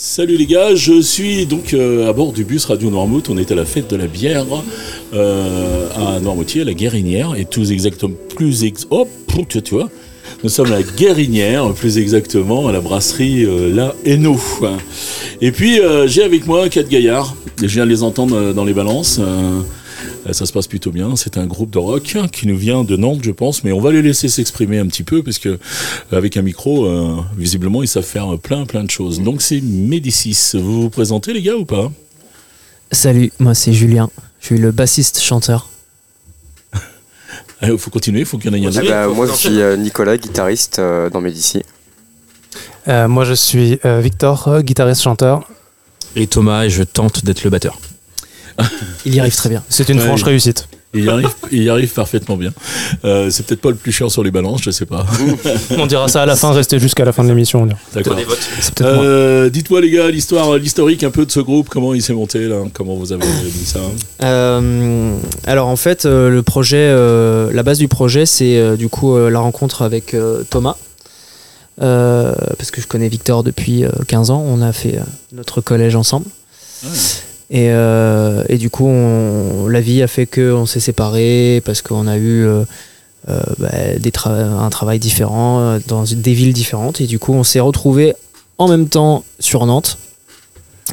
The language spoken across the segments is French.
Salut les gars, je suis donc euh, à bord du bus Radio Noirmouth. On est à la fête de la bière euh, à Noirmoutier, à la Guérinière, et tous exactement plus ex. Oh, pouf, tu vois. Nous sommes à la Guérinière, plus exactement à la brasserie euh, La Hainaut. Et puis euh, j'ai avec moi quatre gaillards. Je viens de les entendre euh, dans les balances. Euh, ça se passe plutôt bien. C'est un groupe de rock qui nous vient de Nantes, je pense, mais on va les laisser s'exprimer un petit peu parce que avec un micro, euh, visiblement, ils savent faire plein plein de choses. Donc c'est Médicis. Vous vous présentez les gars ou pas Salut, moi c'est Julien. Je suis le bassiste chanteur. Il Eh, faut continuer, faut qu'il y en ait un Eh autre. ben, moi, je suis euh, Nicolas, guitariste euh, dans Médici. Euh, moi, je suis euh, Victor, euh, guitariste chanteur. Et Thomas, et je tente d'être le batteur. Il y arrive très bien. C'est une Ouais. franche réussite. Il y arrive, il y arrive parfaitement bien. Euh, c'est peut-être pas le plus cher sur les balances, je sais pas. On dira ça à la fin. Restez jusqu'à la fin de l'émission. on dira. D'accord. C'est peut-être moi. Euh, Dites-moi les gars, l'histoire, l'historique un peu de ce groupe, comment il s'est monté là, comment vous avez mis ça. Euh, alors en fait, euh, le projet, euh, la base du projet, c'est euh, du coup euh, la rencontre avec euh, Thomas. Euh, parce que je connais Victor depuis euh, 15 ans, on a fait euh, notre collège ensemble. Ah. Et, euh, et du coup, on- la vie a fait qu'on s'est séparés parce qu'on a eu euh, euh, bah, des tra- un travail différent euh, dans des villes différentes. Et du coup, on s'est retrouvés en même temps sur Nantes.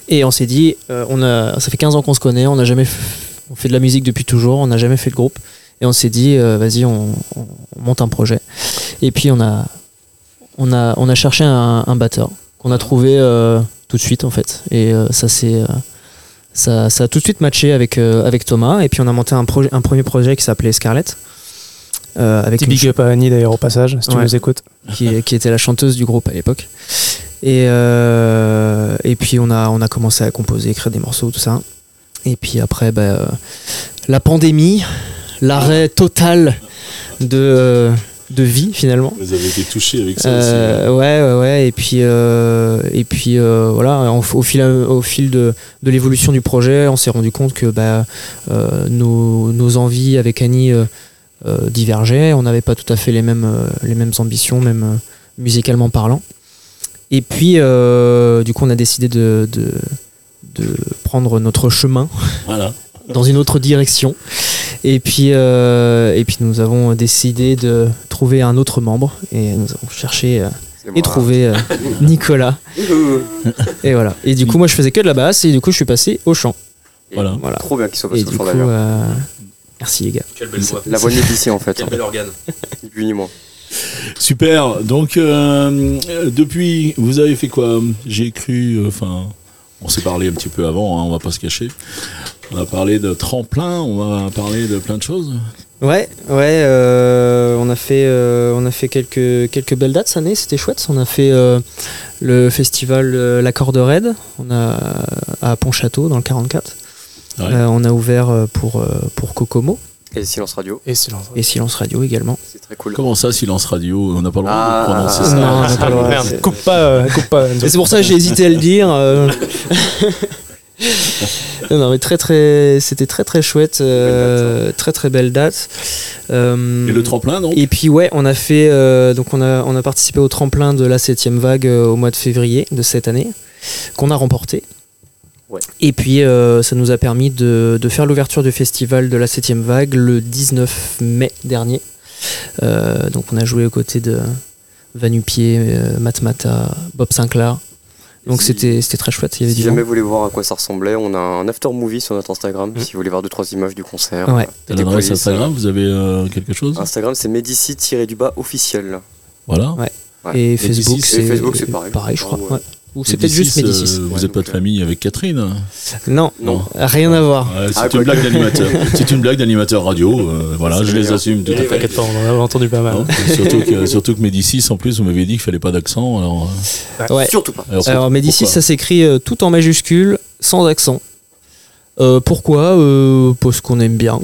Et on s'est dit, euh, on a, ça fait 15 ans qu'on se connaît, on n'a jamais f- on fait de la musique depuis toujours, on n'a jamais fait de groupe. Et on s'est dit, euh, vas-y, on, on- on monte un projet. Et puis on a, on a, on a cherché un, un batteur qu'on a trouvé euh, tout de suite en fait. Et euh, ça c'est ça, ça a tout de suite matché avec, euh, avec Thomas. Et puis on a monté un, projet- un premier projet qui s'appelait Scarlett. euh, avec Petit une big up à Annie d'ailleurs au passage, si tu Ouais. nous écoutes. qui, qui était la chanteuse du groupe à l'époque. Et, euh, et puis on a, on a commencé à composer, écrire des morceaux, tout ça. Et puis après, bah, euh, la pandémie, l'arrêt total de, euh, de vie finalement. Vous avez été touché avec ça aussi. Euh, ouais, ouais, ouais. Et puis, euh, et puis euh, voilà, en- au fil, euh, au fil de, de l'évolution du projet, on s'est rendu compte que bah, euh, nos, nos envies avec Annie euh, euh, divergeaient. On n'avait pas tout à fait les mêmes, euh, les mêmes ambitions, même euh, musicalement parlant. Et puis, euh, du coup, on a décidé de, de, de prendre notre chemin Voilà. dans une autre direction. Et puis, euh, et puis nous avons décidé de trouver un autre membre et nous avons cherché euh, C'est et moi. trouvé euh, Nicolas. Et voilà. Et du coup, moi, je faisais que de la basse et du coup, je suis passé au chant. Et Voilà. Voilà. Trop bien qu'ils soient Et passés au du coup, fond d'ailleurs. euh, merci les gars. Quelle belle voix. La voix de Médici, en fait. Quel bel organe. Ni plus ni moins. Super. Donc euh, euh, depuis, vous avez fait quoi J'ai cru, euh, enfin, on s'est parlé un petit peu avant, hein, on va pas se cacher. On a parlé de tremplin, on va parler de plein de choses. Ouais, ouais. euh, on a fait, euh, on a fait quelques quelques belles dates cette année. C'était chouette. On a fait euh, le festival euh, La Corde Raide. On a à Pontchâteau dans le 44. Ouais. Euh, on a ouvert euh, pour euh, pour Kokomo Et Silence Radio, Et silence. et Silence Radio également. c'est très cool. Comment ça, silence radio On n'a pas le droit Ah. de prononcer Non, ça. on n'a pas le droit. Merde, C'est- coupe pas. euh, coupe pas Enzo. Et c'est pour ça que j'ai hésité à le dire. euh. non, non, mais très très, c'était très très chouette, euh, très très belle date. Euh, hein. Et le tremplin, non et puis ouais, on a fait, euh, donc on a on a participé au tremplin de la septième vague euh, au mois de février de cette année, qu'on a remporté. Ouais. Et puis euh, ça nous a permis de, de faire l'ouverture du festival de la septième vague le 19 mai dernier. Euh, donc on a joué aux côtés de Vanupier, euh, Matmata, Bob Sinclair. Donc Si- c'était c'était très chouette. Il y avait Si du monde. Mm. jamais vous voulez voir à quoi ça ressemblait, on a un after movie sur notre Instagram. Si vous voulez voir deux trois images du concert. Ouais. Des T'as l'adresse coulisses. Instagram, vous avez euh, quelque chose Instagram, c'est Médici-du-bas officiel. Voilà. Et Médicis, Facebook, et c'est Facebook, c'est pareil. je crois. Ouais. ouais. Ou c'est peut-être Médicis, juste Médicis. euh, vous Ouais, n'êtes pas donc, de euh, famille avec Catherine Non, Non. rien à voir. Ouais, c'est Ah, une quoi blague que. d'animateur. c'est une blague d'animateur radio. euh, voilà, C'est je les meilleur. assume tout à Ne fait. T'inquiète pas, on en avait entendu pas mal. Hein, surtout que, surtout que Médicis, en plus, vous m'avez dit qu'il fallait pas d'accent. Alors, euh, Ouais. Surtout pas. alors, Alors Médicis, pourquoi ça s'écrit euh, tout en majuscule, sans accent. Euh, pourquoi Euh, Parce qu'on aime bien.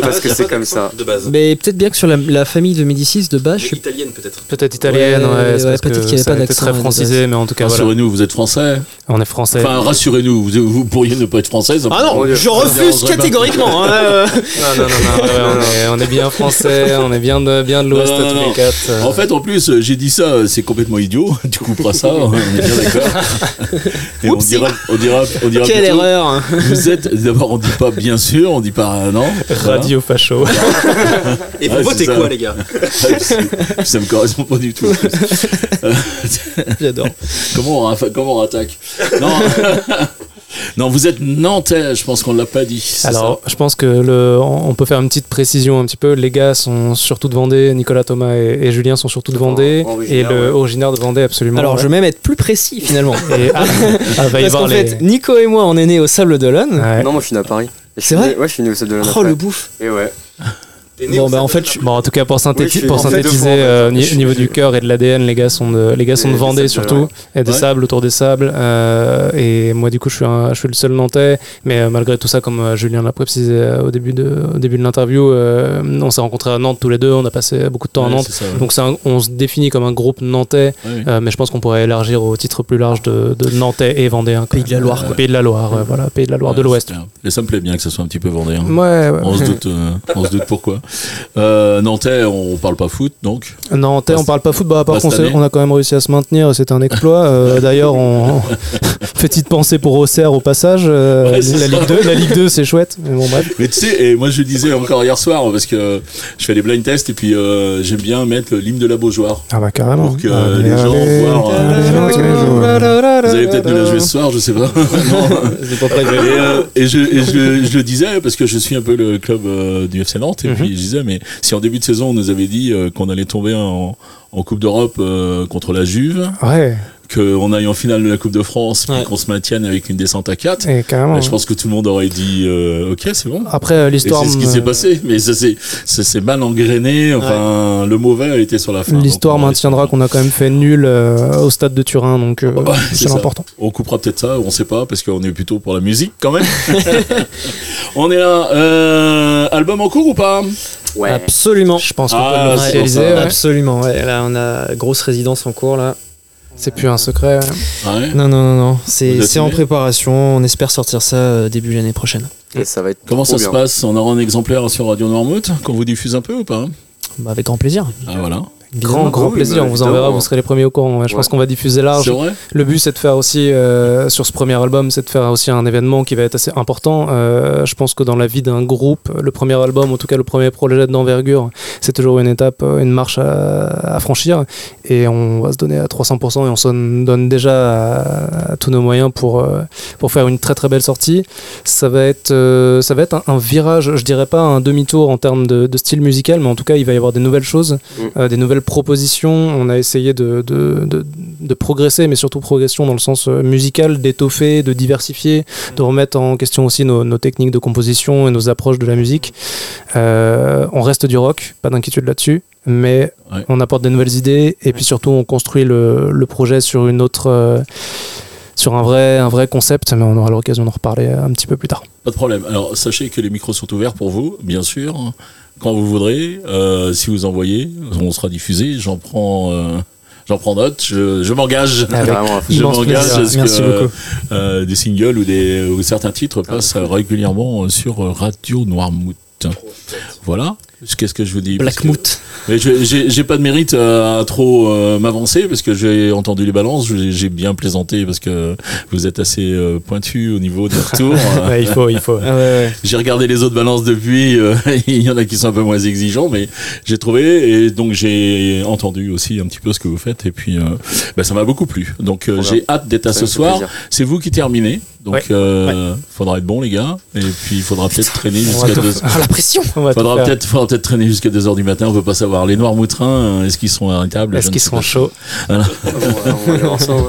Parce que c'est comme ça. De base. Mais peut-être bien que sur la, la famille de Médicis de base, je suis Italienne peut-être. Peut-être italienne, Ouais, ouais, ouais, c'est parce peut-être que qu'il y avait ça pas a été d'accent, très ouais, francisé, mais en tout cas, voilà. Rassurez-nous, vous êtes français. On est français. Enfin, rassurez-nous, vous, vous pourriez ne pas être française. Ah non, Mon Dieu. je refuse catégoriquement. hein, euh. non, non, non, non, ouais, on, est, on est bien français, on est bien de, bien de l'Ouest, Non, non, non, tous non. les quatre. euh. En fait, en plus, euh, j'ai dit ça, euh, c'est complètement idiot. Tu couperas ça, on est bien d'accord. Et on Oupsie. dira, on dira, on dira Quelle plutôt, erreur Vous êtes, d'abord, on dit pas bien sûr, on dit pas euh, non. Ah, Voilà. Radio facho. Et vous votez quoi, les gars Ah, Ça me correspond pas du tout. en plus. J'adore. Comment on, rafa- comment on attaque Non. Non, vous êtes nantais, je pense qu'on l'a pas dit. c'est Alors, je pense que le, on on peut faire une petite précision un petit peu. Les gars sont surtout de Vendée, Nicolas, Thomas et, et Julien sont surtout de Vendée, Oh, et originaire, le ouais. originaire de Vendée absolument. Alors, ouais. je vais même être plus précis finalement. Et ah, ah, va y Parce voir qu'en les. fait, Nico et moi, on est nés au Sable d'Olonne. Ouais. Non, moi je suis né à Paris. Je suis C'est vrai né- Ouais, je suis né au Sable de la Oh le bouffe Et ouais. Bon ben, bah en fait je- Bon, en tout cas, pour, synthéti- Oui, je suis- pour en fait, de synthétiser, Vendée, euh, je ni- suis- niveau du cœur et de l'ADN, les gars sont de, les gars sont Et de des sables, Vendée surtout, et des Ouais. sables autour des sables. euh, et moi, du coup, je suis, un- je suis le seul Nantais, mais euh, malgré tout ça, comme euh, Julien l'a précisé euh, au début de, au début de l'interview, euh, on s'est rencontrés à Nantes tous les deux, on a passé beaucoup de temps ça à Ouais, Nantes. c'est ça, ouais. Donc c'est un- on se définit comme un groupe nantais, Ouais, ouais. euh, mais je pense qu'on pourrait élargir au titre plus large de, de nantais et vendéen. quoi. Pays de la Loire, Euh, quoi. Pays de la Loire, ouais, voilà, pays de la Loire de Ouais, l'Ouest. Ah, c'est bien. Et ça me plaît bien que ça soit un petit peu hein. vendéen. Ouais, ouais. On se doute, euh, on se doute pourquoi. Euh, Nantais, on parle pas foot, donc. Nantais, on parle pas football, à part Pas qu'on Bah, cette s'est- année. on a quand même réussi à se maintenir, c'est un exploit. Euh, D'ailleurs, on... petite pensée pour Auxerre au passage. euh, Ouais, c'est ça. la, Ligue 2, la Ligue 2, c'est chouette. Mais bon, bref. Mais tu sais, et moi je disais encore hier soir, parce que je fais des blind tests et puis euh, j'aime bien mettre l'hymne de la Beaujoire. Ah bah carrément. Pour que les gens voient, euh, Vous allez peut-être nous la jouer ce soir, je sais pas. Non. Et, euh, et je, et je- je le disais parce que je suis un peu le club euh, du FC Nantes et puis je disais mais si en début de saison on nous avait dit euh, qu'on allait tomber en, en Coupe d'Europe euh, contre la Juve, Ouais, qu'on aille en finale de la Coupe de France, puis Ouais. qu'on se maintienne avec une descente à 4, et eh, carrément. Bah, je pense que tout le monde aurait dit euh, ok c'est bon. Après, euh, Et l'histoire. c'est ce qui me- s'est passé, mais ça s'est ça s'est mal engrainé. Enfin, le mauvais a été sur la fin. L'histoire donc on- maintiendra qu'on a quand même fait nul euh, au stade de Turin, donc euh, bah, c'est c'est ça. l'important. On coupera peut-être ça, on sait pas, parce qu'on est plutôt pour la musique quand même. on est là. Euh, album en cours ou pas Ah, Ouais. Absolument Je pense qu'on Ah, peut c'est l'officialiser. pour ça. ouais. Absolument ouais là on a grosse résidence en cours là. C'est plus un secret. ouais. Ouais. Non non non non Vous c'est assumez c'est en préparation on espère sortir ça euh, début l'année prochaine. Et ça va être. Comment trop ça se bien. passe On aura un exemplaire sur Radio Noirmouth qu'on vous diffuse un peu ou pas Bah, avec grand plaisir. Ah voilà. Grand, évidemment. grand Oui, plaisir. bah, On vous enverra, évidemment. vous serez les premiers au courant. ouais. Je Ouais. pense qu'on va diffuser large. C'est vrai Le but, c'est de faire aussi, euh, sur ce premier album, c'est de faire aussi un événement qui va être assez important. Euh, je pense que dans la vie d'un groupe, le premier album, en tout cas le premier projet d'envergure, c'est toujours une étape, euh, une marche à, à franchir. Et on va se donner à 300% et on se donne déjà à, à tous nos moyens pour, euh, pour faire une très très belle sortie. Ça va être, euh, ça va être un, un virage, je dirais pas un demi-tour en termes de, de style musical, mais en tout cas, il va y avoir des nouvelles choses, Mm. euh, des nouvelles propositions. On a essayé de, de, de, de progresser, mais surtout progression dans le sens euh, musical, d'étoffer, de diversifier, de remettre en question aussi nos, nos techniques de composition et nos approches de la musique. Euh, on reste du rock, pas d'inquiétude là-dessus, mais Ouais. on apporte des nouvelles idées et puis surtout on construit le, le projet sur une autre. euh, sur un vrai, un vrai concept, mais on aura l'occasion d'en reparler un petit peu plus tard. Pas de problème. Alors sachez que les micros sont ouverts pour vous, bien sûr, quand vous voudrez. Euh, si vous envoyez, on sera diffusé. J'en prends, euh, j'en prends note. Je, je m'engage. Avec Vraiment, Je immense m'engage plaisir. à ce Merci que beaucoup. euh, des singles ou, des, ou certains titres passent régulièrement sur Radio Noirmouth. Voilà. Qu'est-ce que je vous dis Parce que- Blackmouth. Mais je- j'ai j'ai pas de mérite à, à trop euh, m'avancer parce que j'ai entendu les balances, j'ai j'ai bien plaisanté parce que vous êtes assez euh, pointu au niveau des retours. Euh, Ouais, il faut, il faut. Ah ouais, ouais. j'ai regardé les autres balances depuis, euh, il y en a qui sont un peu moins exigeants, mais j'ai trouvé et donc j'ai entendu aussi un petit peu ce que vous faites et puis euh, bah, ça m'a beaucoup plu. Donc euh, Voilà. j'ai hâte d'être à Ça ce me fait soir. plaisir. C'est vous qui terminez, donc Ouais. euh, faudra être bon les gars et puis il faudra peut-être traîner On va jusqu'à tout deux. faire. La pression On va tout Faudra faire. peut-être, faudra peut-être traîner jusqu'à 2h du matin, on peut pas savoir. Les Noirs Moutrins, euh, est-ce qu'ils sont à table Je Est-ce ne qu'ils sais seront pas. chauds On va voir ça, ouais.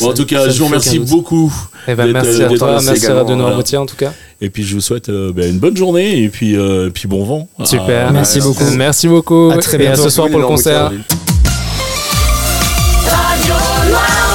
Bon, en tout cas, je vous remercie beaucoup. Eh ben, D'être- merci à d'être toi, passé merci à également, De voilà. Noirmoutier en tout cas. Et puis, je vous souhaite euh, ben, une bonne journée et puis, euh, et puis bon vent. Super. Ah, Merci beaucoup. Merci beaucoup. À très Et à bientôt. ce soir pour le Noirmoutier. concert. Radio Noir.